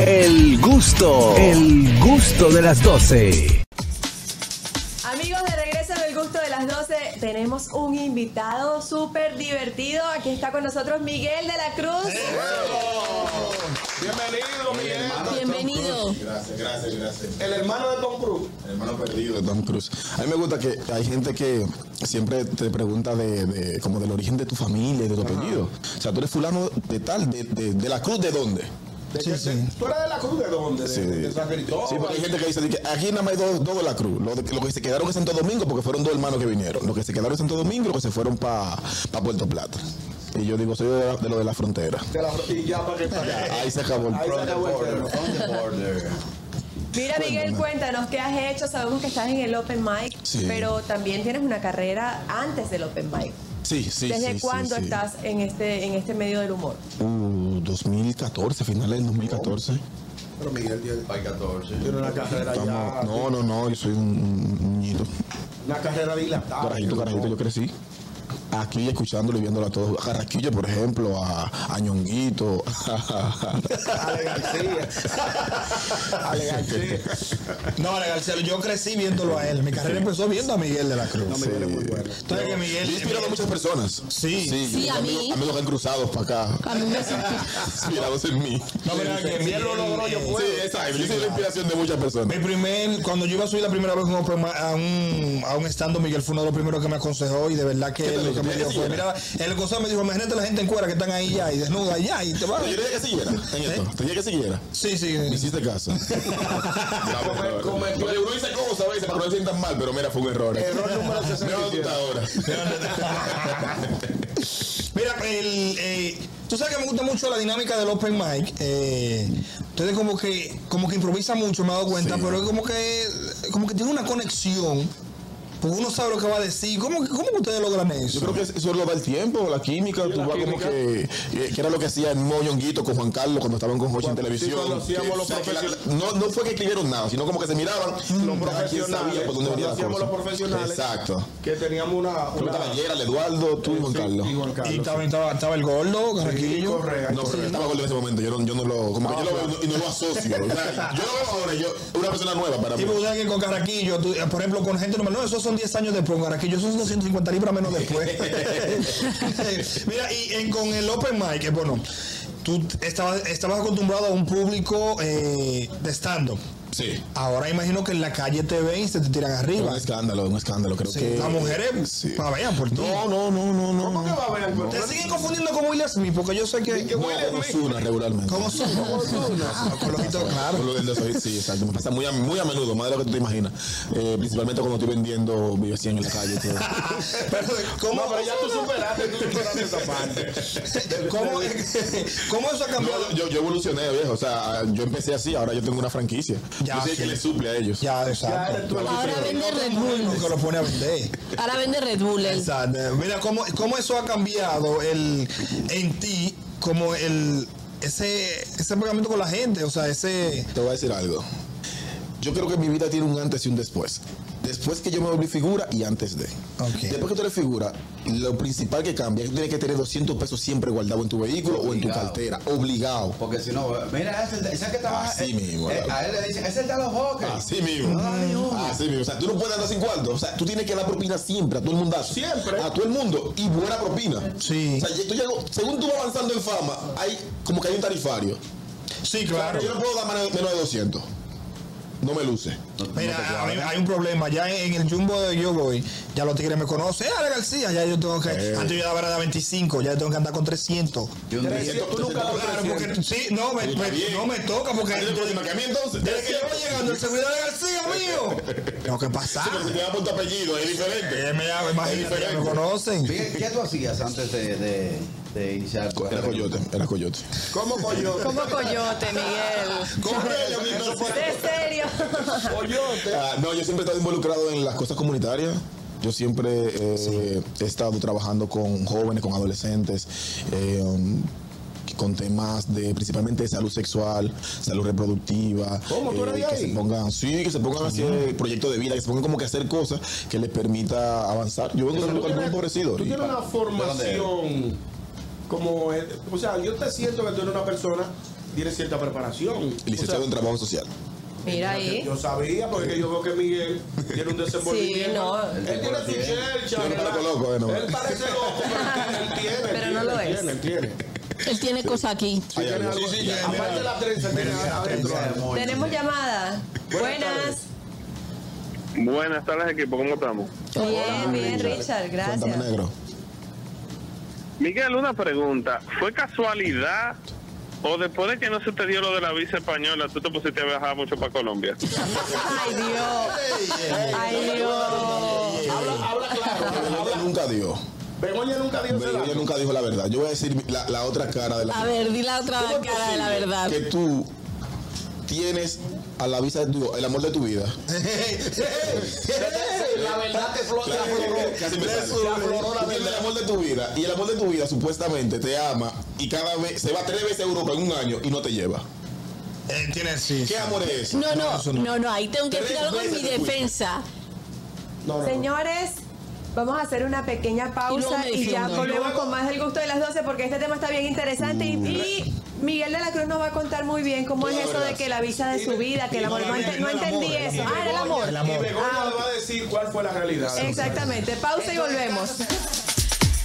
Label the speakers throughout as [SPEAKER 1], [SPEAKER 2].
[SPEAKER 1] El gusto, el gusto de las 12.
[SPEAKER 2] Amigos de regreso en el gusto de las 12, tenemos un invitado súper divertido. Aquí está con nosotros Miguel de la Cruz.
[SPEAKER 3] Bienvenido, Miguel.
[SPEAKER 2] Bienvenido.
[SPEAKER 3] Gracias, gracias, gracias. El hermano de Tom Cruise. El hermano perdido de Tom Cruise. A mí me gusta que hay gente que siempre te pregunta de, de- como del origen de tu familia y de tu apellido. O sea, tú eres fulano de tal, de, de- de la cruz de dónde.
[SPEAKER 4] Sí, sí.
[SPEAKER 5] ¿Tú eres de la cruz de dónde? De,
[SPEAKER 3] Sí.
[SPEAKER 5] de San Cristóbal.
[SPEAKER 3] Sí, porque hay gente que dice de que aquí nada más hay dos, dos de la cruz. Los de- los que se quedaron en Santo Domingo porque fueron dos hermanos que vinieron. Los que se quedaron en Santo Domingo y los que se fueron para Puerto Plata. Y yo digo, soy de, la- de lo de la frontera.
[SPEAKER 5] De la y ya para que para allá.
[SPEAKER 3] Ahí se acabó el
[SPEAKER 5] Eh, Ahí se
[SPEAKER 3] problema.
[SPEAKER 5] acabó el perro.
[SPEAKER 2] Mira Miguel, cuéntanos qué has hecho. Sabemos que estás en el Open Mic,
[SPEAKER 3] Sí.
[SPEAKER 2] pero también tienes una carrera antes del Open Mic.
[SPEAKER 3] Sí, sí,
[SPEAKER 2] ¿Desde
[SPEAKER 3] sí, sí,
[SPEAKER 2] cuándo
[SPEAKER 3] sí.
[SPEAKER 2] estás en este en este medio del humor?
[SPEAKER 3] Uh, 2014, finales del
[SPEAKER 5] Oh.
[SPEAKER 3] 2014.
[SPEAKER 5] Pero Miguel tiene, tiene una carrera ya.
[SPEAKER 3] Estamos- no, no, no, yo soy un- un un niñito.
[SPEAKER 5] Una carrera dilatada.
[SPEAKER 3] Carajito, carajito, yo crecí. Aquí escuchándolo y viéndolo a todos. A Carraquillo, por ejemplo, a, a Ñonguito.
[SPEAKER 5] Ale García. Ale García.
[SPEAKER 4] No, Ale García, yo crecí viéndolo a él. Mi carrera empezó viendo a Miguel de la Cruz.
[SPEAKER 5] No, Miguel es muy bueno.
[SPEAKER 4] Entonces, que
[SPEAKER 3] Yo
[SPEAKER 4] Miguel,
[SPEAKER 3] he inspirado a muchas personas.
[SPEAKER 4] Sí.
[SPEAKER 3] yo tengo
[SPEAKER 6] a mí.
[SPEAKER 3] Amigos, amigos que han cruzado para acá. Inspirados en mí.
[SPEAKER 4] No, pero que Miguel lo logró, yo puedo.
[SPEAKER 3] Sí, exacto. Yo soy la inspiración de muchas personas.
[SPEAKER 4] Mi primer, cuando yo iba a subir la primera vez a un open mic- a un, a un stand, Miguel fue uno de los primeros que me aconsejó y de verdad que él lo que me dio fue, mira, él gozó me dijo, imagínate la gente en cuera que están ahí ya y desnuda ya y te va.
[SPEAKER 3] Yo quería que siguiera en esto. Tenía que siguiera.
[SPEAKER 4] Sí, sí.
[SPEAKER 3] Me hiciste caso. Come- come- Oye, uno dice cosas a veces para que no se sientan mal, pero mira, fue un error.
[SPEAKER 5] Error número 67.
[SPEAKER 3] Me va a gustar ahora.
[SPEAKER 4] Mira, el, eh, tú sabes que me gusta mucho la dinámica del open mic. Eh, ustedes como que, como que improvisa mucho, me he dado cuenta,
[SPEAKER 3] Sí.
[SPEAKER 4] pero es como que, como que tiene una conexión. Porque uno sabe lo que va a decir. ¿Cómo, que- cómo que ustedes logran eso?
[SPEAKER 3] Yo creo que eso lo da el tiempo, la química, tú vas como que, eh, que era lo que hacía el Moyonguito con Juan Carlos cuando estaban con Jochi en televisión.
[SPEAKER 5] cuando hacíamos
[SPEAKER 3] que- o
[SPEAKER 5] los
[SPEAKER 3] sea, que la-
[SPEAKER 5] profesio-
[SPEAKER 3] no, no fue que escribieron nada, sino como que se miraban los
[SPEAKER 5] profesionales,
[SPEAKER 3] por dónde
[SPEAKER 5] cuando
[SPEAKER 3] venía la
[SPEAKER 5] hacíamos
[SPEAKER 3] cosa.
[SPEAKER 5] los profesionales.
[SPEAKER 3] Exacto.
[SPEAKER 5] Que teníamos una.
[SPEAKER 3] Tú
[SPEAKER 5] una
[SPEAKER 3] estabas Gerald, Eduardo, tú y Juan
[SPEAKER 5] Sí,
[SPEAKER 3] Carlos.
[SPEAKER 5] y Juan
[SPEAKER 4] y
[SPEAKER 5] Carlos.
[SPEAKER 4] estaba, estaba, estaba el gordo,
[SPEAKER 5] Y
[SPEAKER 4] Carraquillo.
[SPEAKER 5] Correa.
[SPEAKER 3] No, pero yo estaba con él en ese momento, yo no, yo no lo, como que
[SPEAKER 5] Ah,
[SPEAKER 3] yo lo veo y no lo asocio. O sea, yo lo veo ahora, yo, una persona nueva para mí.
[SPEAKER 4] Y pues, ¿sabes que con Carraquillo, tú, eh, por ejemplo, con gente normal, no, esos son 10 años después, con Carraquillo, esos son 250 libras menos después. Mira, y en- con el Open Mic, eh, bueno, tú estabas, estabas acostumbrado a un público eh, de stand-up.
[SPEAKER 3] Sí.
[SPEAKER 4] Ahora imagino que en la calle te ven y se te tiran
[SPEAKER 3] Un
[SPEAKER 4] arriba.
[SPEAKER 3] escándalo, un escándalo, creo
[SPEAKER 4] Sí,
[SPEAKER 3] Pues que.
[SPEAKER 4] Las mujeres
[SPEAKER 3] Sí.
[SPEAKER 4] babean por ti.
[SPEAKER 3] No, no, no, no, no.
[SPEAKER 5] ¿Cómo que va a haber el
[SPEAKER 4] Te siguen confundiendo con Will Smith, porque yo sé que...
[SPEAKER 3] No, con Ozuna regularmente.
[SPEAKER 4] ¿Cómo son? Ah, con los ojitos claros.
[SPEAKER 3] Con lo del desoído, sí, exacto. Me pasa muy a, muy a menudo, más de lo que tú te imaginas. Eh, principalmente cuando estoy vendiendo vive 100 en la calle. y todo.
[SPEAKER 4] Pero, ¿cómo,
[SPEAKER 5] No, pero ya tú superaste, tú superaste esa parte.
[SPEAKER 4] cómo- cómo eso ha cambiado?
[SPEAKER 3] No, yo, yo evolucioné, viejo. O sea, yo empecé así, ahora yo tengo una franquicia.
[SPEAKER 4] Ya,
[SPEAKER 3] yo sé
[SPEAKER 4] sí.
[SPEAKER 3] que le suple a ellos.
[SPEAKER 4] Ya,
[SPEAKER 5] Ya
[SPEAKER 4] exacto.
[SPEAKER 5] eres tú el
[SPEAKER 6] Ahora vende Red
[SPEAKER 4] Lo
[SPEAKER 6] Bull.
[SPEAKER 4] que lo pone a vender.
[SPEAKER 6] Ahora vende Red Bull. él.
[SPEAKER 4] Exacto. Mira, ¿cómo, cómo eso ha cambiado el, en ti, como el ese, ese pegamento con la gente? O sea, ese.
[SPEAKER 3] Te voy a decir algo. Yo creo que mi vida tiene un antes y un después. Después que yo me volví figura y antes de.
[SPEAKER 4] Ok.
[SPEAKER 3] Después que tú eres figura, lo principal que cambia es que tienes que tener 200 pesos siempre guardado en tu vehículo o en tu
[SPEAKER 7] Obligado.
[SPEAKER 3] cartera. Obligado.
[SPEAKER 7] Porque si no, mira, ese, ese que trabaja.
[SPEAKER 3] Así
[SPEAKER 7] eh,
[SPEAKER 3] mismo,
[SPEAKER 7] eh,
[SPEAKER 3] loco.
[SPEAKER 7] a él le dicen, ese es el de los hockey.
[SPEAKER 3] Así mismo. Así mismo. O sea, tú no puedes andar sin cuarto. O sea, tú tienes que dar propina siempre a todo el mundo.
[SPEAKER 5] Siempre.
[SPEAKER 3] A todo el mundo. Y buena propina.
[SPEAKER 4] Sí.
[SPEAKER 3] O sea, yo- tú llego- según tú vas avanzando en fama, hay como que hay un tarifario.
[SPEAKER 4] Sí, claro.
[SPEAKER 3] Yo no puedo dar menos menos de 200. No me luce.
[SPEAKER 4] Mira, a mí hay un problema. Ya en, en el jumbo de yo voy, ya los tigres me conocen. Ah, Ale García, ya yo tengo que.
[SPEAKER 3] Eh.
[SPEAKER 4] Antes yo daba era de 25, ya tengo que andar con 300.
[SPEAKER 7] Y un día,
[SPEAKER 5] Tú nunca lo
[SPEAKER 4] Claro, porque sí, no me,
[SPEAKER 3] Está
[SPEAKER 4] me-
[SPEAKER 3] bien.
[SPEAKER 4] no me toca porque.
[SPEAKER 3] ¿Hay otro problema que a mí entonces?
[SPEAKER 4] Desde que yo voy llegando, el seguridad de García mío. Tengo que pasar.
[SPEAKER 3] Pero si te da por tu apellido, es diferente.
[SPEAKER 4] Eh, me, ya- imagínate, ya me
[SPEAKER 3] diferente.
[SPEAKER 4] conocen.
[SPEAKER 7] Miguel, ¿Qué tú hacías antes de, de, de iniciar tu
[SPEAKER 3] Era
[SPEAKER 7] carrera?
[SPEAKER 3] coyote, era coyote.
[SPEAKER 5] ¿Cómo coyote?
[SPEAKER 2] Como coyote, Miguel.
[SPEAKER 5] eh,
[SPEAKER 2] ¿De serio?
[SPEAKER 5] Coyote.
[SPEAKER 3] Ah, no, yo siempre he estado involucrado en las cosas comunitarias. Yo siempre eh, he estado trabajando con jóvenes, con adolescentes, eh, um, con temas de principalmente de salud sexual, salud reproductiva. eh,
[SPEAKER 5] ¿Cómo? ¿Tú eres de
[SPEAKER 3] que
[SPEAKER 5] ahí?
[SPEAKER 3] se pongan, sí, que se pongan así el proyecto de vida, que se pongan como que a hacer cosas que les permita avanzar. Yo vengo de un
[SPEAKER 5] Tú
[SPEAKER 3] lugar muy
[SPEAKER 5] tienes-
[SPEAKER 3] empobrecido.
[SPEAKER 5] Tú
[SPEAKER 3] y-
[SPEAKER 5] tienes una formación como, eh, o sea, yo te siento que tú eres una persona tiene cierta preparación.
[SPEAKER 3] Licenciado en Trabajo Social.
[SPEAKER 2] Mira ahí.
[SPEAKER 5] Yo sabía, porque yo veo que Miguel tiene un desenvolvimiento.
[SPEAKER 2] Sí, no.
[SPEAKER 5] Él tiene su chelcha.
[SPEAKER 3] Yo no
[SPEAKER 5] ¿verdad?
[SPEAKER 3] parezco loco, eh, no.
[SPEAKER 5] Él parece loco, pero él tiene. él
[SPEAKER 2] Pero no
[SPEAKER 5] tiene,
[SPEAKER 2] lo
[SPEAKER 5] él
[SPEAKER 2] es.
[SPEAKER 5] Tiene, él tiene.
[SPEAKER 6] Él tiene cosas aquí.
[SPEAKER 3] Hay
[SPEAKER 5] Tiene
[SPEAKER 3] algo.
[SPEAKER 5] algo-
[SPEAKER 4] sí, ya,
[SPEAKER 5] Aparte
[SPEAKER 4] ya.
[SPEAKER 5] de la trenza, tiene adentro. algo.
[SPEAKER 2] Tenemos llamada. Buenas.
[SPEAKER 8] Buenas tardes equipo, ¿cómo estamos?
[SPEAKER 2] Bien, bien, Richard.
[SPEAKER 3] Cuéntame,
[SPEAKER 2] Gracias.
[SPEAKER 3] negro.
[SPEAKER 8] Miguel, una pregunta. ¿Fue casualidad o después de que no se te dio lo de la visa española, tú te pusiste a viajar mucho para Colombia?
[SPEAKER 2] Ay, Dios. Ay, Dios.
[SPEAKER 5] Habla, habla claro. habla-
[SPEAKER 3] Begoña
[SPEAKER 5] habla.
[SPEAKER 3] nunca dijo.
[SPEAKER 5] Begoña nunca dijo ese
[SPEAKER 3] Begoña
[SPEAKER 5] dato.
[SPEAKER 3] nunca dijo la verdad. Yo voy a decir la, la otra cara de la
[SPEAKER 6] A ver, di la otra
[SPEAKER 3] ¿Cómo es
[SPEAKER 6] cara de la
[SPEAKER 3] posible
[SPEAKER 6] verdad.
[SPEAKER 3] Que tú tienes a la vista de tu, el amor de tu vida.
[SPEAKER 5] La verdad te flota.
[SPEAKER 3] La floró, casi me sale.
[SPEAKER 5] La floró la
[SPEAKER 3] Tú tienes
[SPEAKER 5] verdad.
[SPEAKER 3] el amor de tu vida y el amor de tu vida supuestamente te ama y cada vez se va tres veces a Europa en un año y no te lleva.
[SPEAKER 4] Eh, tiene sí.
[SPEAKER 3] ¿Qué amor es? ese?
[SPEAKER 6] No, no,
[SPEAKER 4] eso no.
[SPEAKER 6] no, no, ahí tengo que decir algo en mi defensa.
[SPEAKER 5] No, no, no.
[SPEAKER 2] Señores, vamos a hacer una pequeña pausa
[SPEAKER 6] me
[SPEAKER 2] y, ya
[SPEAKER 6] defiendo.
[SPEAKER 2] volvemos con más del gusto de las 12 porque este tema está bien interesante y, y Miguel de la Cruz nos va a contar muy bien cómo es
[SPEAKER 3] Todas
[SPEAKER 2] eso de
[SPEAKER 3] las-
[SPEAKER 2] que la visa de su vida, que el
[SPEAKER 4] y
[SPEAKER 2] amor,
[SPEAKER 4] no,
[SPEAKER 2] no,
[SPEAKER 4] no,
[SPEAKER 2] ent-
[SPEAKER 4] no,
[SPEAKER 2] no
[SPEAKER 4] el amor,
[SPEAKER 2] entendí
[SPEAKER 4] el
[SPEAKER 2] eso.
[SPEAKER 4] amor,
[SPEAKER 2] Ah, era el
[SPEAKER 4] el
[SPEAKER 2] amor.
[SPEAKER 4] amor.
[SPEAKER 5] Y Begoña le va a decir cuál fue la realidad.
[SPEAKER 2] Exactamente, pausa y volvemos.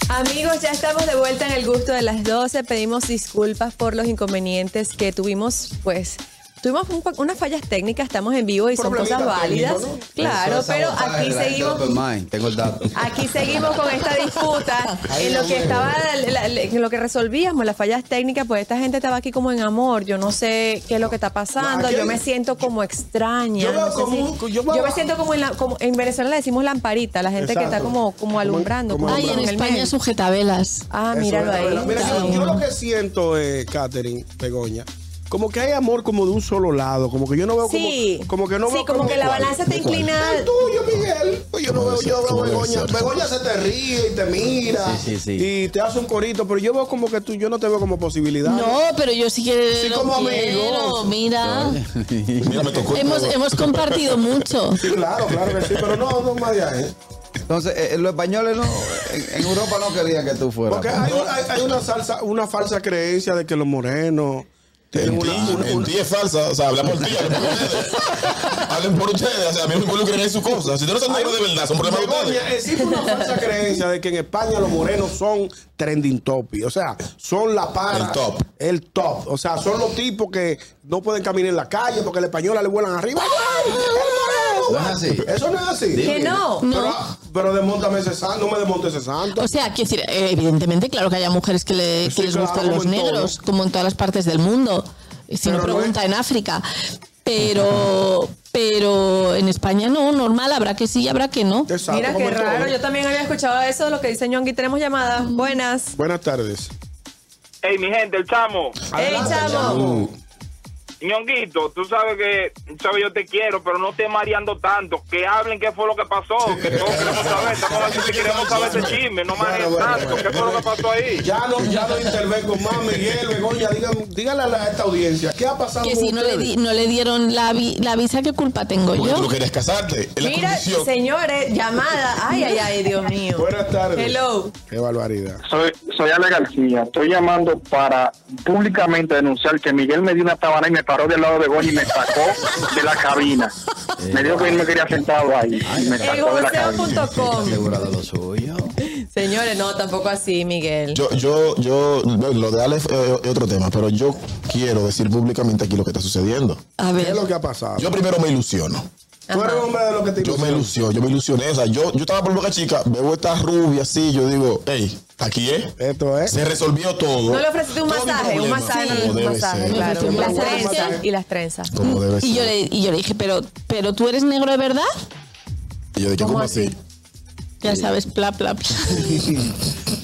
[SPEAKER 2] Amigos, ya estamos de vuelta en el gusto de las 12. Pedimos disculpas por los inconvenientes que tuvimos, pues. Tuvimos un po- unas fallas técnicas, estamos en vivo y son
[SPEAKER 5] Problemita
[SPEAKER 2] cosas válidas.
[SPEAKER 5] técnico, ¿no?
[SPEAKER 2] Claro,
[SPEAKER 7] Eso es
[SPEAKER 2] pero
[SPEAKER 7] sabotaje
[SPEAKER 2] aquí
[SPEAKER 7] de la gente
[SPEAKER 2] seguimos.
[SPEAKER 7] de Open Mind, Tengo el dato.
[SPEAKER 2] Aquí seguimos con esta disputa. En lo que estaba, la- la- en lo que resolvíamos las fallas técnicas, pues esta gente estaba aquí como en amor. Yo no sé qué es lo que está pasando.
[SPEAKER 5] Aquí-
[SPEAKER 2] Yo me siento como extraña.
[SPEAKER 5] Yo veo
[SPEAKER 2] no sé
[SPEAKER 5] como
[SPEAKER 2] si-
[SPEAKER 5] un-
[SPEAKER 2] yo,
[SPEAKER 5] yo veo-
[SPEAKER 2] me siento como en, la- como- en Venezuela le decimos lamparita, la gente que está
[SPEAKER 5] Exacto.
[SPEAKER 2] como, como alumbrando.
[SPEAKER 5] como
[SPEAKER 2] como
[SPEAKER 6] Ay, en
[SPEAKER 2] con el
[SPEAKER 6] España
[SPEAKER 2] medio.
[SPEAKER 6] sujetabelas.
[SPEAKER 2] Ah,
[SPEAKER 5] Eso
[SPEAKER 2] míralo
[SPEAKER 5] es
[SPEAKER 2] ahí.
[SPEAKER 5] verdad. Mira, yo, yo lo que siento, eh, Catherine Begoña, como que hay amor como de un solo lado, como que yo no veo como-
[SPEAKER 2] Sí,
[SPEAKER 5] como, que no
[SPEAKER 2] sí,
[SPEAKER 5] veo
[SPEAKER 2] como que la
[SPEAKER 5] cuál.
[SPEAKER 2] balanza está inclinada.
[SPEAKER 5] El tuyo, Miguel. Pues Yo no
[SPEAKER 3] Como
[SPEAKER 5] veo,
[SPEAKER 3] debe
[SPEAKER 5] yo
[SPEAKER 3] ser,
[SPEAKER 5] veo
[SPEAKER 3] como
[SPEAKER 5] a
[SPEAKER 3] debe
[SPEAKER 5] Begoña.
[SPEAKER 3] ser.
[SPEAKER 5] Begoña se te ríe y te mira
[SPEAKER 7] Sí, sí, sí.
[SPEAKER 5] y te hace un corito, pero yo veo como que tú, yo no te veo como posibilidad.
[SPEAKER 6] No, pero yo sí que
[SPEAKER 5] Sí,
[SPEAKER 6] lo
[SPEAKER 5] como
[SPEAKER 6] quiero,
[SPEAKER 5] amigos.
[SPEAKER 6] mira.
[SPEAKER 3] Mira, me tocó. el
[SPEAKER 6] Hemos,
[SPEAKER 3] dedo.
[SPEAKER 6] hemos compartido mucho.
[SPEAKER 5] Sí, claro, claro que sí, pero no, no más de ahí.
[SPEAKER 7] Entonces, eh, los españoles no, en, en Europa no querían que tú fueras.
[SPEAKER 5] Porque hay, un- hay- hay una, salsa, una falsa creencia de que los morenos tienen
[SPEAKER 3] En
[SPEAKER 5] una,
[SPEAKER 3] ti-
[SPEAKER 5] una-
[SPEAKER 3] en
[SPEAKER 5] una-
[SPEAKER 3] ti es falsa, o sea, hablan por ti, hablan por ustedes. hablen por ustedes, o sea, a mí me involucran en sus cosas. Si ustedes no son negros de verdad, son problemas de ustedes.
[SPEAKER 5] Begoña, existe una falsa creencia de que en España los morenos son trending topic. O sea, son la para.
[SPEAKER 3] El top.
[SPEAKER 5] El top. O sea, son los tipos que no pueden caminar en la calle porque a la española le vuelan arriba. ¡Ay, el moreno!
[SPEAKER 7] No es así.
[SPEAKER 5] Eso no es así.
[SPEAKER 2] Que no.
[SPEAKER 5] Pero, pero desmontame ese santo. No me desmontes ese santo.
[SPEAKER 6] O sea, quiero decir, eh, evidentemente, claro que haya mujeres que, le-
[SPEAKER 5] Sí,
[SPEAKER 6] que les
[SPEAKER 5] claro,
[SPEAKER 6] gustan
[SPEAKER 5] como
[SPEAKER 6] los
[SPEAKER 5] en todo.
[SPEAKER 6] negros, como en todas las partes del mundo. Y Si no
[SPEAKER 5] Pero no
[SPEAKER 6] pregunta en África. Pero, pero en España no, normal, habrá que sí y habrá que no.
[SPEAKER 5] Exacto,
[SPEAKER 2] Mira
[SPEAKER 5] como
[SPEAKER 2] qué
[SPEAKER 5] en todo.
[SPEAKER 2] raro. Yo también había escuchado eso, lo que dice Ñongui. Tenemos llamadas. Buenas.
[SPEAKER 5] Buenas tardes.
[SPEAKER 8] Ey, mi gente, el chamo.
[SPEAKER 2] Hey, chamo.
[SPEAKER 8] Ñonguito, tú sabes que sabes, yo te quiero, pero no estés mareando tanto. Que hablen qué fue lo que pasó, que todos queremos saber. Estamos aquí que queremos saber ese chisme, no marees
[SPEAKER 5] Bueno, bueno,
[SPEAKER 8] tanto. ¿Qué fue lo que pasó ahí?
[SPEAKER 5] Ya no, ya no intervengo más, Miguel, Begoña. Digan, díganle a, la- a esta audiencia. ¿Qué ha pasado
[SPEAKER 6] Que
[SPEAKER 5] con
[SPEAKER 6] si no le,
[SPEAKER 5] ustedes?
[SPEAKER 6] di- no le dieron la, vi- la visa, ¿qué culpa tengo
[SPEAKER 3] Porque tú no
[SPEAKER 6] yo?
[SPEAKER 3] querías casarte. Es la
[SPEAKER 2] Mira,
[SPEAKER 3] condición.
[SPEAKER 2] señores, llamada. Ay, ay, ay, Dios mío.
[SPEAKER 5] Buenas tardes.
[SPEAKER 2] Hello.
[SPEAKER 5] Qué barbaridad.
[SPEAKER 8] Soy, soy Ale García. Estoy llamando para públicamente denunciar que Miguel me dio una tabana y me paró del lado de Goni y me sacó de la cabina. Me dijo que él me quería sentado ahí y me sacó de la cabina.
[SPEAKER 2] Egoceo.com.
[SPEAKER 7] Asegurado lo suyo.
[SPEAKER 2] Señores, no, tampoco así, Miguel.
[SPEAKER 3] Yo, yo, yo, lo de Aleph eh, es otro tema, pero yo quiero decir públicamente aquí lo que está sucediendo.
[SPEAKER 6] A
[SPEAKER 5] ¿Qué es
[SPEAKER 6] ver,
[SPEAKER 5] lo que ha pasado?
[SPEAKER 3] Yo primero me ilusiono.
[SPEAKER 5] Tú eres un hombre de lo que te
[SPEAKER 3] Yo me
[SPEAKER 5] ilusiona.
[SPEAKER 3] ilusioné, yo me ilusioné. O sea, yo, yo estaba por boca chica, veo esta rubia así, yo digo, hey, aquí es.
[SPEAKER 5] Esto es.
[SPEAKER 3] Se resolvió todo.
[SPEAKER 2] No le ofreciste un
[SPEAKER 3] Todo mi
[SPEAKER 2] masaje, un
[SPEAKER 3] problema.
[SPEAKER 2] masaje,
[SPEAKER 3] Como
[SPEAKER 2] un
[SPEAKER 3] debe
[SPEAKER 2] masaje,
[SPEAKER 3] ser.
[SPEAKER 2] claro.
[SPEAKER 6] Un
[SPEAKER 2] Las
[SPEAKER 6] masaje.
[SPEAKER 2] trenzas y las trenzas.
[SPEAKER 3] Como debe ser.
[SPEAKER 6] y yo, le, y yo le dije, pero, pero tú eres negro de verdad?
[SPEAKER 3] Y yo dije, ¿cómo, así?
[SPEAKER 6] Ya sabes, pla, pla, pla.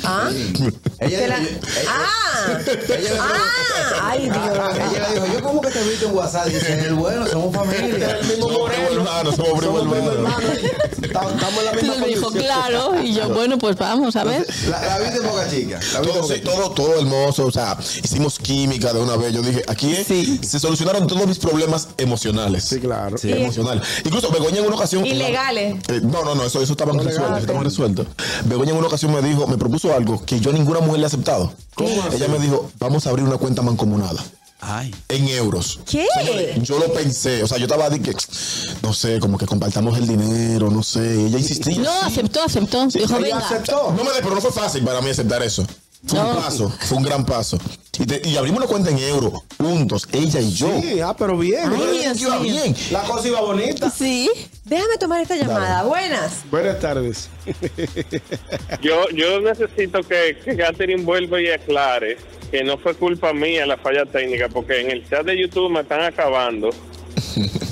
[SPEAKER 2] ¿Ah?
[SPEAKER 7] Ella,
[SPEAKER 2] que
[SPEAKER 7] le-
[SPEAKER 2] la-
[SPEAKER 7] ella,
[SPEAKER 2] ¡Ah!
[SPEAKER 7] ella le-
[SPEAKER 2] ¡Ah! ¡Ay, Dios!
[SPEAKER 7] ella le dijo, yo como que te viste en WhatsApp. Y dice, él, bueno, somos familia.
[SPEAKER 3] Somos primos hermanos, somos primos hermanos.
[SPEAKER 5] Estamos en la misma
[SPEAKER 6] Entonces me dijo,
[SPEAKER 5] condición.
[SPEAKER 6] claro. Y yo, bueno, pues vamos, a ver.
[SPEAKER 7] La, la viste poca chica. La viste
[SPEAKER 3] Todo,
[SPEAKER 7] poca
[SPEAKER 3] sí,
[SPEAKER 7] chica.
[SPEAKER 3] todo, todo hermoso, o sea, hicimos química de una vez. Yo dije, aquí es- se solucionaron todos mis problemas emocionales.
[SPEAKER 5] Sí, claro.
[SPEAKER 3] Sí, emocional. Incluso Begoña en una ocasión.
[SPEAKER 2] Ilegales.
[SPEAKER 3] Eh, no, no, no, eso, eso estaba resuelto. eso estaba resuelto. Begoña en una ocasión me dijo, me propuso algo que yo a ninguna mujer le he aceptado. Ella me dijo, vamos a abrir una cuenta mancomunada.
[SPEAKER 1] Ay.
[SPEAKER 3] en euros.
[SPEAKER 2] ¿Qué?
[SPEAKER 3] Yo lo pensé, o sea, yo estaba de que, no sé, como que compartamos el dinero, no sé. y Ella insistía.
[SPEAKER 6] No, aceptó, aceptó.
[SPEAKER 3] Sí,
[SPEAKER 6] Dijo,
[SPEAKER 3] ella
[SPEAKER 6] venga.
[SPEAKER 3] aceptó. No me de- pero no fue fácil para mí aceptar eso. Fue un
[SPEAKER 6] No.
[SPEAKER 3] paso, fue un gran paso. Y, te- y abrimos una cuenta en euros, juntos, ella y yo.
[SPEAKER 5] Sí, ah, pero bien.
[SPEAKER 3] Yo
[SPEAKER 6] Ay,
[SPEAKER 3] le dije que
[SPEAKER 6] Dios
[SPEAKER 3] iba
[SPEAKER 6] mío.
[SPEAKER 3] bien.
[SPEAKER 5] La cosa iba bonita.
[SPEAKER 6] Sí.
[SPEAKER 2] Déjame tomar esta llamada. Buenas.
[SPEAKER 5] Buenas tardes.
[SPEAKER 9] Yo, yo necesito que, que Catherine vuelva y aclare que no fue culpa mía la falla técnica, porque en el chat de YouTube me están acabando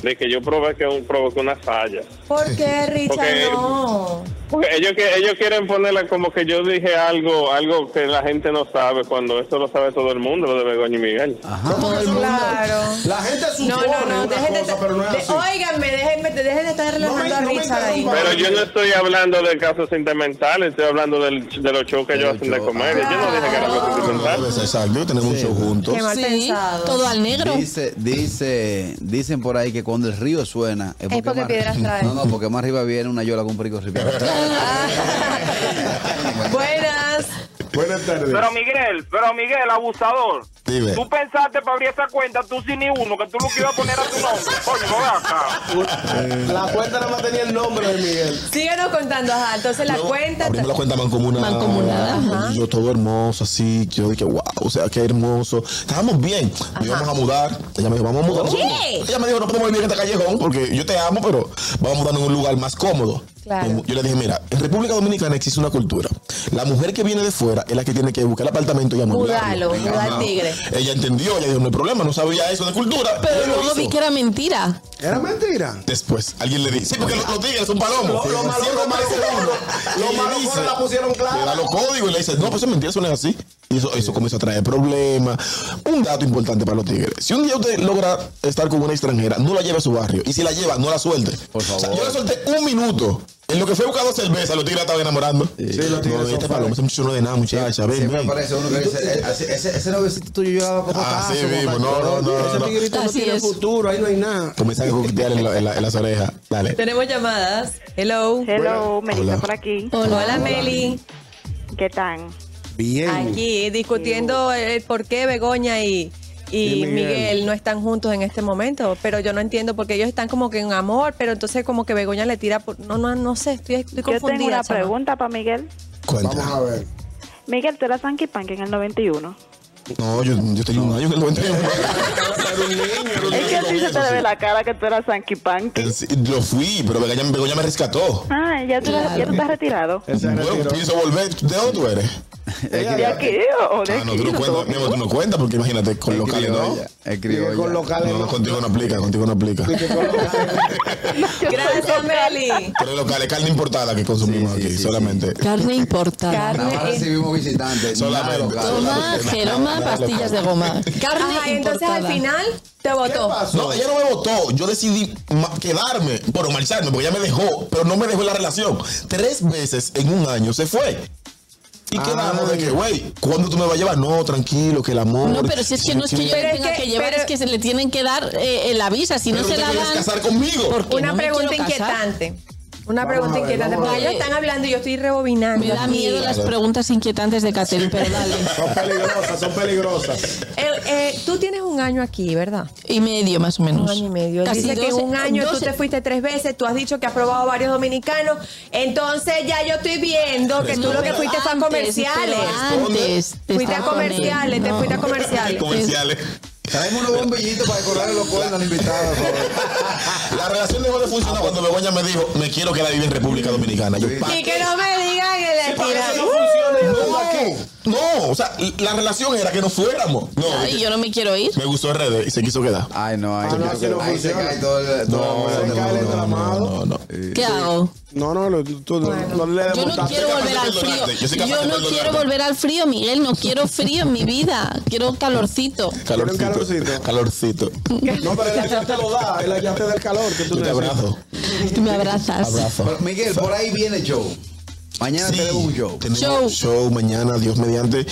[SPEAKER 9] de que yo provoqué, un, provoqué una falla.
[SPEAKER 2] ¿Por qué, Richard?
[SPEAKER 9] Ok.
[SPEAKER 2] No.
[SPEAKER 9] Porque ellos, que- ellos quieren ponerla como que yo dije algo algo que la gente no sabe, cuando eso lo sabe todo el mundo, lo de Begoña y Miguel.
[SPEAKER 5] Ah.
[SPEAKER 2] Claro.
[SPEAKER 5] La gente supone
[SPEAKER 2] No, no, no.
[SPEAKER 5] una
[SPEAKER 2] Dejen de,
[SPEAKER 5] cosa, pero no es
[SPEAKER 2] de-
[SPEAKER 5] así.
[SPEAKER 2] óiganme, déjenme, dejen de estar relatando
[SPEAKER 5] No me-
[SPEAKER 2] a
[SPEAKER 5] no me
[SPEAKER 2] Richard ahí.
[SPEAKER 5] interrumpa.
[SPEAKER 9] Pero yo no estoy hablando de casos sentimentales, estoy hablando del, de los shows que
[SPEAKER 7] De
[SPEAKER 9] ellos
[SPEAKER 7] los
[SPEAKER 9] hacen de
[SPEAKER 7] shows.
[SPEAKER 9] comedia. Yo no dije que era algo sentimental.
[SPEAKER 3] Exacto, Exacto, tenemos un show juntos.
[SPEAKER 2] Qué mal
[SPEAKER 6] sí.
[SPEAKER 2] pensado.
[SPEAKER 6] Todo al negro.
[SPEAKER 7] Dice, dice, dicen por ahí que cuando el río suena es
[SPEAKER 2] porque
[SPEAKER 7] más-
[SPEAKER 2] piedras trae.
[SPEAKER 7] No, no, porque más arriba viene una yola con un perico ripio.
[SPEAKER 2] Buenas.
[SPEAKER 5] Buenas tardes.
[SPEAKER 9] Pero Miguel, pero Miguel, abusador.
[SPEAKER 3] Dime.
[SPEAKER 9] Tú pensaste para abrir esa cuenta, tú sin ni uno, que tú lo que ibas a poner a tu nombre. Coño, no veas acá.
[SPEAKER 5] Eh, La cuenta nada más tenía el nombre de Miguel.
[SPEAKER 2] Síganos contando, ajá. Entonces la cuenta.
[SPEAKER 3] Abrimos la cuenta mancomunada.
[SPEAKER 6] Mancomunada,
[SPEAKER 2] ajá.
[SPEAKER 3] Y Yo todo hermoso, así. que Yo dije, wow, o sea, qué hermoso. Estábamos bien. Nos íbamos a mudar. Ella me dijo, vamos a mudar.
[SPEAKER 2] ¿Qué?
[SPEAKER 3] Ella me dijo, no podemos vivir en este callejón porque yo te amo, pero vamos a mudarnos en un lugar más cómodo.
[SPEAKER 2] Claro.
[SPEAKER 3] Yo le dije, mira, en República Dominicana existe una cultura. La mujer que viene de fuera es la que tiene que buscar el apartamento y amueblarlo.
[SPEAKER 2] Mudarlo, mudar
[SPEAKER 3] Ajá.
[SPEAKER 2] tigre.
[SPEAKER 3] Ella entendió, ella dijo, no hay problema, no sabía eso de cultura.
[SPEAKER 6] Pero
[SPEAKER 3] Ella lo
[SPEAKER 6] luego vi
[SPEAKER 3] hizo.
[SPEAKER 6] que era mentira.
[SPEAKER 5] Era mentira.
[SPEAKER 3] Después, alguien le dice, sí, porque los, los tigres son palomos.
[SPEAKER 5] Lo- lo malo-
[SPEAKER 3] Siempre
[SPEAKER 5] lo malo-
[SPEAKER 3] aparece uno.
[SPEAKER 5] lo
[SPEAKER 3] Y
[SPEAKER 5] malo
[SPEAKER 3] le
[SPEAKER 5] fue
[SPEAKER 3] dice-
[SPEAKER 5] que la pusieron clara.
[SPEAKER 3] Le da los códigos y le dice, no, pues eso es mentira, eso no es así. Y eso, eso comienza a traer problemas. Un dato importante para los tigres. Si un día usted logra estar con una extranjera, no la lleve a su barrio. Y si la lleva, no la suelte.
[SPEAKER 7] Por favor.
[SPEAKER 3] O sea, yo la solté un minuto. En lo que fue buscando cerveza, los tigres la estaban enamorando. Sí,
[SPEAKER 5] los tigres
[SPEAKER 3] No,
[SPEAKER 5] son
[SPEAKER 3] este
[SPEAKER 5] fans.
[SPEAKER 3] palomo, ese muchacho no es de nada, muchacha. Ven,
[SPEAKER 7] Siempre
[SPEAKER 3] ven.
[SPEAKER 7] aparece uno que dice, "Eh, ese, ese, ese novecito tuyo llevaba como
[SPEAKER 3] Ah, sí,
[SPEAKER 7] tazo, como
[SPEAKER 3] mismo, no, no,
[SPEAKER 7] tazo".
[SPEAKER 3] no.
[SPEAKER 5] Ese tigrito no
[SPEAKER 6] Así
[SPEAKER 5] tiene
[SPEAKER 6] es.
[SPEAKER 5] futuro, ahí no hay nada.
[SPEAKER 3] Comienzan a coquetear en, la- en la- en las orejas. Dale.
[SPEAKER 2] Tenemos llamadas. Hello.
[SPEAKER 10] Hello,
[SPEAKER 3] Hola.
[SPEAKER 10] Melissa por aquí.
[SPEAKER 2] Hola, Meli.
[SPEAKER 10] ¿Qué tan?
[SPEAKER 5] Bien.
[SPEAKER 2] Aquí discutiendo el por qué Begoña y, y
[SPEAKER 5] Y Miguel.
[SPEAKER 2] Miguel. no están juntos en este momento. Pero yo no entiendo porque ellos están como que en amor, pero entonces como que Begoña le tira por. No, no, no sé. Estoy, estoy
[SPEAKER 10] Yo
[SPEAKER 2] confundida.
[SPEAKER 10] tengo una
[SPEAKER 2] chama.
[SPEAKER 10] pregunta para Miguel.
[SPEAKER 3] Cuenta.
[SPEAKER 5] Vamos a ver.
[SPEAKER 10] Miguel, ¿tú eras Sanky Panky en el 91?
[SPEAKER 3] No, yo, yo tenía un año en el 91. era un niño, era un
[SPEAKER 10] Es que
[SPEAKER 3] niño
[SPEAKER 10] así se te
[SPEAKER 3] comienzo,
[SPEAKER 10] ve
[SPEAKER 3] sí.
[SPEAKER 10] la cara que tú eras Sanky Panky.
[SPEAKER 3] Eh, sí, Lo fui, pero Begoña, Begoña me rescató.
[SPEAKER 10] Ah, ya tú, ya tú estás retirado.
[SPEAKER 5] Él se
[SPEAKER 3] Bueno,
[SPEAKER 5] retiró.
[SPEAKER 3] pienso volver. ¿De dónde tú eres?
[SPEAKER 10] ¿De aquí o de
[SPEAKER 3] Ah, no, tú no cuentas, mi
[SPEAKER 10] aquí?
[SPEAKER 3] amor, tú no cuentas, porque imagínate, con
[SPEAKER 7] Es
[SPEAKER 3] locales no.
[SPEAKER 7] criolla, es
[SPEAKER 5] Dije
[SPEAKER 7] criolla.
[SPEAKER 5] con locales.
[SPEAKER 3] No,
[SPEAKER 5] No,
[SPEAKER 3] no, contigo no aplica, contigo no aplica.
[SPEAKER 2] Gracias, Meli.
[SPEAKER 3] Pero locales, carne importada que consumimos
[SPEAKER 7] Sí, sí,
[SPEAKER 3] aquí,
[SPEAKER 7] sí,
[SPEAKER 3] solamente.
[SPEAKER 6] Carne importada.
[SPEAKER 2] Carne.
[SPEAKER 7] Nada más recibimos visitantes.
[SPEAKER 3] Solamente.
[SPEAKER 7] nada local.
[SPEAKER 6] Toma jeroma, pastillas de goma. Carne
[SPEAKER 2] Ajá, y entonces
[SPEAKER 6] importada.
[SPEAKER 2] al final te votó.
[SPEAKER 3] No, ella no me votó. Yo decidí ma- quedarme, bueno, marcharme, porque ella me dejó, pero no me dejó en la relación. Tres veces en un año se fue. Y quedamos de que, güey, ¿cuándo tú me vas a llevar? No, tranquilo, que el amor.
[SPEAKER 6] No, pero si es que no es que yo
[SPEAKER 2] Pero
[SPEAKER 6] le
[SPEAKER 2] es
[SPEAKER 6] tenga
[SPEAKER 2] que-
[SPEAKER 6] que llevar,
[SPEAKER 2] pero-
[SPEAKER 6] es que se le tienen que dar eh, la visa. Si no
[SPEAKER 3] Pero
[SPEAKER 6] se
[SPEAKER 3] te
[SPEAKER 6] la
[SPEAKER 3] quieres
[SPEAKER 6] dan.
[SPEAKER 3] casar conmigo.
[SPEAKER 6] ¿por qué
[SPEAKER 2] Una
[SPEAKER 6] no me
[SPEAKER 2] pregunta
[SPEAKER 6] quiero casar?
[SPEAKER 2] inquietante. Una
[SPEAKER 5] Vamos
[SPEAKER 2] pregunta
[SPEAKER 5] a ver,
[SPEAKER 2] inquietante.
[SPEAKER 5] vamos a
[SPEAKER 2] Porque
[SPEAKER 6] ver.
[SPEAKER 2] ellos están hablando y yo estoy rebobinando.
[SPEAKER 6] Me da
[SPEAKER 2] aquí.
[SPEAKER 6] miedo las preguntas inquietantes de Catherine, pero dale.
[SPEAKER 5] Son peligrosas, son peligrosas.
[SPEAKER 2] Eh, eh, tú tienes un año aquí, ¿verdad?
[SPEAKER 6] Y medio, más o menos.
[SPEAKER 2] Un año y medio. Él
[SPEAKER 6] Casi
[SPEAKER 2] Dice que en
[SPEAKER 6] doce-
[SPEAKER 2] un año tú
[SPEAKER 6] doce-
[SPEAKER 2] te fuiste tres veces, tú has dicho que has probado varios dominicanos. Entonces ya yo estoy viendo que tú lo que
[SPEAKER 6] Pero
[SPEAKER 2] fuiste fue a
[SPEAKER 6] antes,
[SPEAKER 2] comerciales.
[SPEAKER 6] pero Antes. te
[SPEAKER 2] Fuiste a
[SPEAKER 6] estaba con él,
[SPEAKER 2] comerciales, te
[SPEAKER 6] no.
[SPEAKER 2] fuiste a comerciales.
[SPEAKER 3] comerciales.
[SPEAKER 7] Traemos unos bombillitos para decorar los cuernos al invitado. por favor.
[SPEAKER 3] La relación dejó de funcionar cuando Begoña me dijo, me quiero quedar a vivir en República Dominicana. Yo, "Pa-
[SPEAKER 2] Y que no me digan que le tiraron.
[SPEAKER 3] no, no, o sea, la relación era que nos fuéramos. No,
[SPEAKER 6] Ay,
[SPEAKER 3] de
[SPEAKER 6] yo no me quiero ir.
[SPEAKER 3] que me gustó RD y se quiso quedar.
[SPEAKER 7] Ay, no, ay,
[SPEAKER 5] Ah, no,
[SPEAKER 7] no,
[SPEAKER 5] así no
[SPEAKER 7] ahí se
[SPEAKER 5] funciona.
[SPEAKER 7] cae todo el... todo el-
[SPEAKER 5] se cae el entramado.
[SPEAKER 3] no, no.
[SPEAKER 6] ¿Qué hago?
[SPEAKER 5] No, no, lo- tú no le
[SPEAKER 6] Yo no
[SPEAKER 5] demostraste.
[SPEAKER 6] quiero
[SPEAKER 3] capaz
[SPEAKER 6] volver
[SPEAKER 3] de perdonarte,
[SPEAKER 6] al
[SPEAKER 3] yo soy
[SPEAKER 6] frío.
[SPEAKER 3] capaz
[SPEAKER 6] Yo
[SPEAKER 3] de
[SPEAKER 6] no
[SPEAKER 3] perdonarte.
[SPEAKER 6] quiero volver al frío, Miguel. No quiero frío en mi vida. Quiero calorcito.
[SPEAKER 3] Calorcito,
[SPEAKER 5] calorcito?
[SPEAKER 3] calorcito.
[SPEAKER 5] No, pero el ya te lo da, el ya te da el calor que tú
[SPEAKER 3] Yo te
[SPEAKER 5] necesitas.
[SPEAKER 3] abrazo.
[SPEAKER 6] Tú me abrazas.
[SPEAKER 3] Abrazo.
[SPEAKER 7] Pero, Miguel, por ahí viene el show. Mañana
[SPEAKER 3] Sí,
[SPEAKER 7] tenemos un show.
[SPEAKER 3] tenemos
[SPEAKER 6] Show.
[SPEAKER 3] show mañana, Dios mediante. Eh,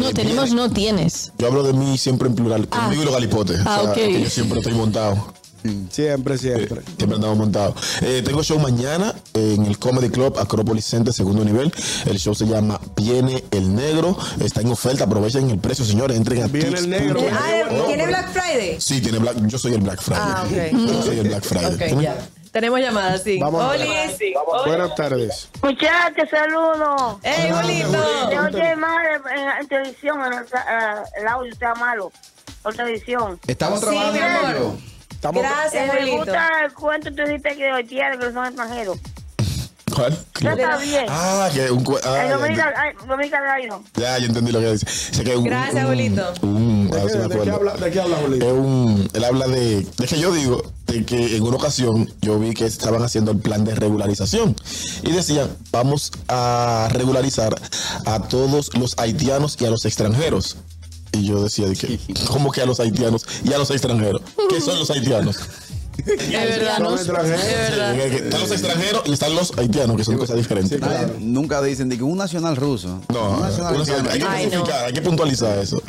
[SPEAKER 6] No tenemos,
[SPEAKER 3] viene-
[SPEAKER 6] no tienes.
[SPEAKER 3] Yo hablo de mí siempre en plural, conmigo y los galipotes.
[SPEAKER 6] Ah, ok.
[SPEAKER 3] que Yo siempre estoy montado.
[SPEAKER 5] Siempre, siempre.
[SPEAKER 3] Siempre andamos montados. Eh, tengo show mañana en el Comedy Club Acrópolis Center, segundo nivel. El show se llama Viene el Negro. Está en oferta. Aprovechen el precio, señores. Entren a
[SPEAKER 5] Viene el Negro.
[SPEAKER 3] tics.com.
[SPEAKER 2] Ah,
[SPEAKER 3] No,
[SPEAKER 2] ¿Tiene
[SPEAKER 3] pero-
[SPEAKER 2] Black Friday?
[SPEAKER 3] Sí, tiene Black. Yo soy el Black Friday.
[SPEAKER 2] Ah, ok.
[SPEAKER 3] Yo soy el Black Friday.
[SPEAKER 2] Ok, ya. Tenemos llamadas, sí.
[SPEAKER 3] Vamos a
[SPEAKER 2] Oli.
[SPEAKER 3] ver.
[SPEAKER 2] sí.
[SPEAKER 5] Buenas tardes.
[SPEAKER 11] Muchachos, saludos.
[SPEAKER 2] ¡Ey,
[SPEAKER 5] bonito!
[SPEAKER 11] Te oye mal en, en televisión, en el, eh, el audio está malo. Por televisión.
[SPEAKER 7] Estamos
[SPEAKER 11] Sí,
[SPEAKER 7] trabajando
[SPEAKER 11] mi
[SPEAKER 7] en
[SPEAKER 11] amor.
[SPEAKER 7] ello.
[SPEAKER 5] Estamos-
[SPEAKER 11] Eh, Me
[SPEAKER 2] Julito.
[SPEAKER 11] gusta el cuento que tú dijiste que hoy día de que son extranjeros.
[SPEAKER 3] ¿Cuál?
[SPEAKER 11] Ya está bien.
[SPEAKER 3] Ah, que un. cue- ah,
[SPEAKER 11] El
[SPEAKER 3] ya,
[SPEAKER 11] Dominica, ay, Dominica Lion.
[SPEAKER 3] ya, ya entendí lo que dice. Sé que un-
[SPEAKER 11] Gracias,
[SPEAKER 3] un-
[SPEAKER 11] abuelito.
[SPEAKER 3] un- a ver si me
[SPEAKER 5] ¿De qué
[SPEAKER 3] acuerdo.
[SPEAKER 5] habla, de qué habla, Julito?
[SPEAKER 3] Es un- él habla de, es que yo digo, de que en una ocasión yo vi que estaban haciendo el plan de regularización y decían, vamos a regularizar a todos los haitianos y a los extranjeros. Y yo decía, de que, ¿cómo que a los haitianos y a los extranjeros? ¿Qué son los haitianos?
[SPEAKER 6] Es verdad,
[SPEAKER 3] Son
[SPEAKER 6] ¿no?
[SPEAKER 3] extranjeros. Sí, que- que Están los extranjeros y están los haitianos, que son cosas diferentes.
[SPEAKER 7] Nadie- Nunca dicen de que un nacional ruso.
[SPEAKER 3] No,
[SPEAKER 7] un nacional
[SPEAKER 3] uno se-
[SPEAKER 7] haitiano.
[SPEAKER 3] hay que especificar, hay que puntualizar eso.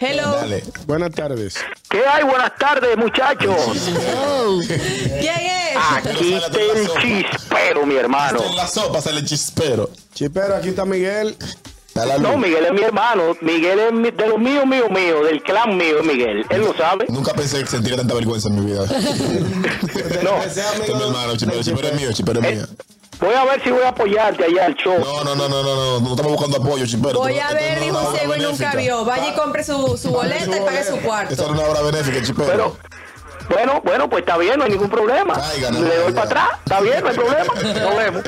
[SPEAKER 2] Hello.
[SPEAKER 3] Dale.
[SPEAKER 5] Buenas tardes.
[SPEAKER 12] ¿Qué hay? Buenas tardes, muchachos.
[SPEAKER 2] ¿Quién es?
[SPEAKER 3] Ah,
[SPEAKER 12] Aquí está el chispero, mi hermano.
[SPEAKER 3] En la sopa sale el chispero.
[SPEAKER 5] Chipero, aquí está Miguel.
[SPEAKER 12] No,
[SPEAKER 3] Mm.
[SPEAKER 12] Miguel es mi hermano. Miguel es mi- de los míos, mío, mío, del clan mío, Miguel. Él lo sabe.
[SPEAKER 3] Nunca pensé que sentiría tanta vergüenza en mi vida.
[SPEAKER 12] No.
[SPEAKER 3] Este es mi hermano, el chipero, el chipero es mío, el chipero
[SPEAKER 2] Eh.
[SPEAKER 3] es mío.
[SPEAKER 12] Voy a ver si voy a apoyarte allá al show.
[SPEAKER 3] No, no, no, no, no, no, no estamos buscando apoyo, chipero.
[SPEAKER 2] Voy
[SPEAKER 3] Esto
[SPEAKER 2] a
[SPEAKER 3] no-
[SPEAKER 2] ver,
[SPEAKER 3] esto no es
[SPEAKER 2] dijo
[SPEAKER 3] una
[SPEAKER 2] un
[SPEAKER 3] obra
[SPEAKER 2] ciego y nunca
[SPEAKER 3] benéfica.
[SPEAKER 2] vio. Vaya y compre su, su boleta y pague su
[SPEAKER 3] Esta
[SPEAKER 2] cuarto.
[SPEAKER 3] era una obra benéfica, chipero.
[SPEAKER 12] Pero, bueno, bueno, pues está bien, no hay ningún problema. Le doy para atrás, está bien, no hay problema. Nos vemos.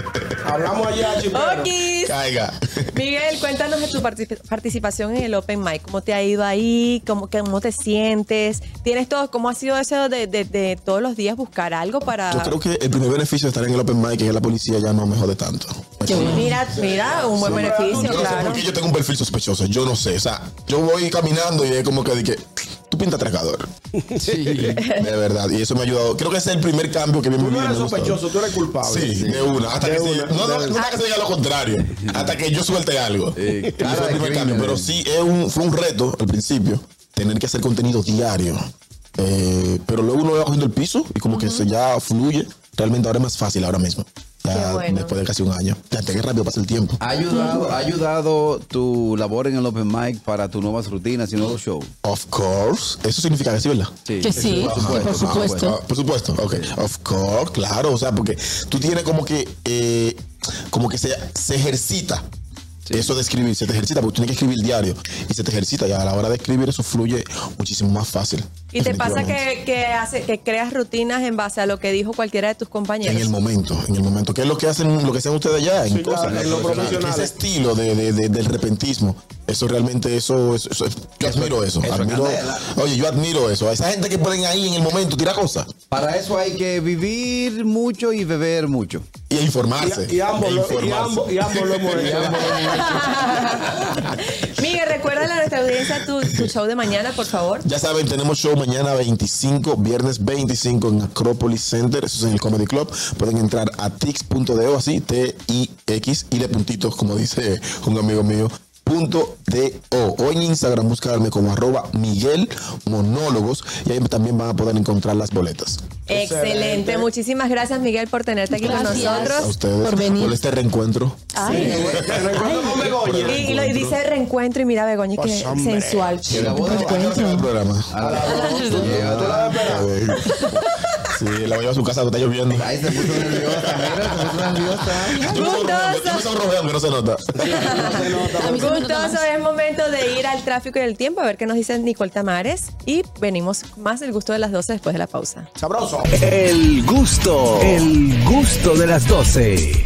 [SPEAKER 5] Hablamos allá, Chipero.
[SPEAKER 2] Okis.
[SPEAKER 3] Caiga.
[SPEAKER 2] Miguel, cuéntanos de tu particip- participación en el Open Mic. ¿Cómo te ha ido ahí? ¿Cómo, cómo te sientes? ¿Tienes todo? ¿Cómo ha sido eso de, de- de todos los días buscar algo para...?
[SPEAKER 3] Yo creo que el primer beneficio de estar en el open mic es que la policía ya no me jode tanto.
[SPEAKER 2] Mira, mira, un buen
[SPEAKER 3] Sí.
[SPEAKER 2] beneficio,
[SPEAKER 3] Yo no sé
[SPEAKER 2] claro.
[SPEAKER 3] por qué yo tengo un perfil sospechoso. Yo no sé. O sea, yo voy caminando y es como que dije, tú pinta atracador. De verdad. Y eso me ha ayudado. Creo que ese es el primer cambio que vi en mi
[SPEAKER 5] Tú no
[SPEAKER 3] vida.
[SPEAKER 5] eres
[SPEAKER 3] y me gustó.
[SPEAKER 5] sospechoso, tú eres culpable.
[SPEAKER 3] Sí, de una. Hasta
[SPEAKER 5] De
[SPEAKER 3] que se-
[SPEAKER 5] una,
[SPEAKER 3] no, no,
[SPEAKER 5] de
[SPEAKER 3] hasta que se diga lo contrario. Hasta que yo suelte algo. Y fue el primer cambio. Pero sí, es un, fue un reto al principio tener que hacer contenido diario. Eh, pero luego uno va cogiendo el piso y como que se ya fluye. Realmente ahora es más fácil ahora mismo. Ya después de casi un año. Ya te que rápido pasa el tiempo.
[SPEAKER 7] ¿Ha ayudado, ha ayudado tu labor en el Open Mic para tus nuevas rutinas y nuevos shows?
[SPEAKER 3] Of course. Eso significa que sí, ¿verdad?
[SPEAKER 7] Sí.
[SPEAKER 6] Que sí,
[SPEAKER 3] Ajá.
[SPEAKER 6] que por
[SPEAKER 3] Ah,
[SPEAKER 6] supuesto.
[SPEAKER 3] bueno. Ah, por supuesto, ok. Of course, claro. O sea, porque tú tienes como que, eh, como que se, se ejercita. Eso de escribir, se te ejercita, porque tú tienes que escribir diario y se te ejercita. Y a la hora de escribir eso fluye muchísimo más fácil.
[SPEAKER 2] ¿Y te pasa
[SPEAKER 3] definitivamente.
[SPEAKER 2] que, que, hace, que creas rutinas en base a lo que dijo cualquiera de tus compañeros?
[SPEAKER 3] En el momento, en el momento. ¿Qué es lo que hacen, lo que hacen ustedes allá? En
[SPEAKER 5] Sí, claro, en lo profesional.
[SPEAKER 3] Ese estilo de, de- de- del repentismo. Eso realmente, eso, eso- eso- yo admiro eso.
[SPEAKER 7] eso es
[SPEAKER 3] admiro-
[SPEAKER 7] candela.
[SPEAKER 3] oye, yo admiro eso. A esa gente que ponen ahí en el momento, tira cosas.
[SPEAKER 7] Para eso hay que vivir mucho y beber mucho.
[SPEAKER 3] Y a informarse.
[SPEAKER 5] Y, y ambos,
[SPEAKER 3] E
[SPEAKER 5] lo- y,
[SPEAKER 3] informarse.
[SPEAKER 5] ambos, y ambos lo hemos hecho. ambos lo hemos hecho.
[SPEAKER 2] Miguel, recuérdale a nuestra audiencia tu, tu show de mañana, por favor.
[SPEAKER 3] Ya saben, tenemos show mañana 25, viernes 25 en Acropolis Center, eso es en el Comedy Club. Pueden entrar a tix.de o así, T-I-X, y de puntitos, como dice un amigo mío. Punto de o. o en Instagram buscarme como arroba Miguel Monólogos y ahí también van a poder encontrar las boletas.
[SPEAKER 2] Excelente. Muchísimas gracias, Miguel, por tenerte aquí
[SPEAKER 6] Gracias.
[SPEAKER 2] con
[SPEAKER 3] A
[SPEAKER 2] nosotros.
[SPEAKER 3] ustedes
[SPEAKER 6] por venir.
[SPEAKER 3] este reencuentro.
[SPEAKER 2] Ay. Y, y lo- y dice reencuentro y mira Begoña que
[SPEAKER 3] Pues, hombre.
[SPEAKER 2] sensual.
[SPEAKER 3] Sí, la boda, ¿a qué hora acaba el programa?
[SPEAKER 7] Ah,
[SPEAKER 3] Sí, la voy a llevar a su casa, que está lloviendo.
[SPEAKER 7] Ahí se puso nerviosa, mira, se puso nerviosa.
[SPEAKER 3] Yo me sonrojo, yo me sonrojo, aunque no se nota.
[SPEAKER 2] Gustoso es momento de ir al tráfico y el tiempo a ver qué nos dice Nicole Tamares y venimos más del gusto de las 12 después de la pausa.
[SPEAKER 5] Sabroso.
[SPEAKER 1] El gusto, el gusto de las 12.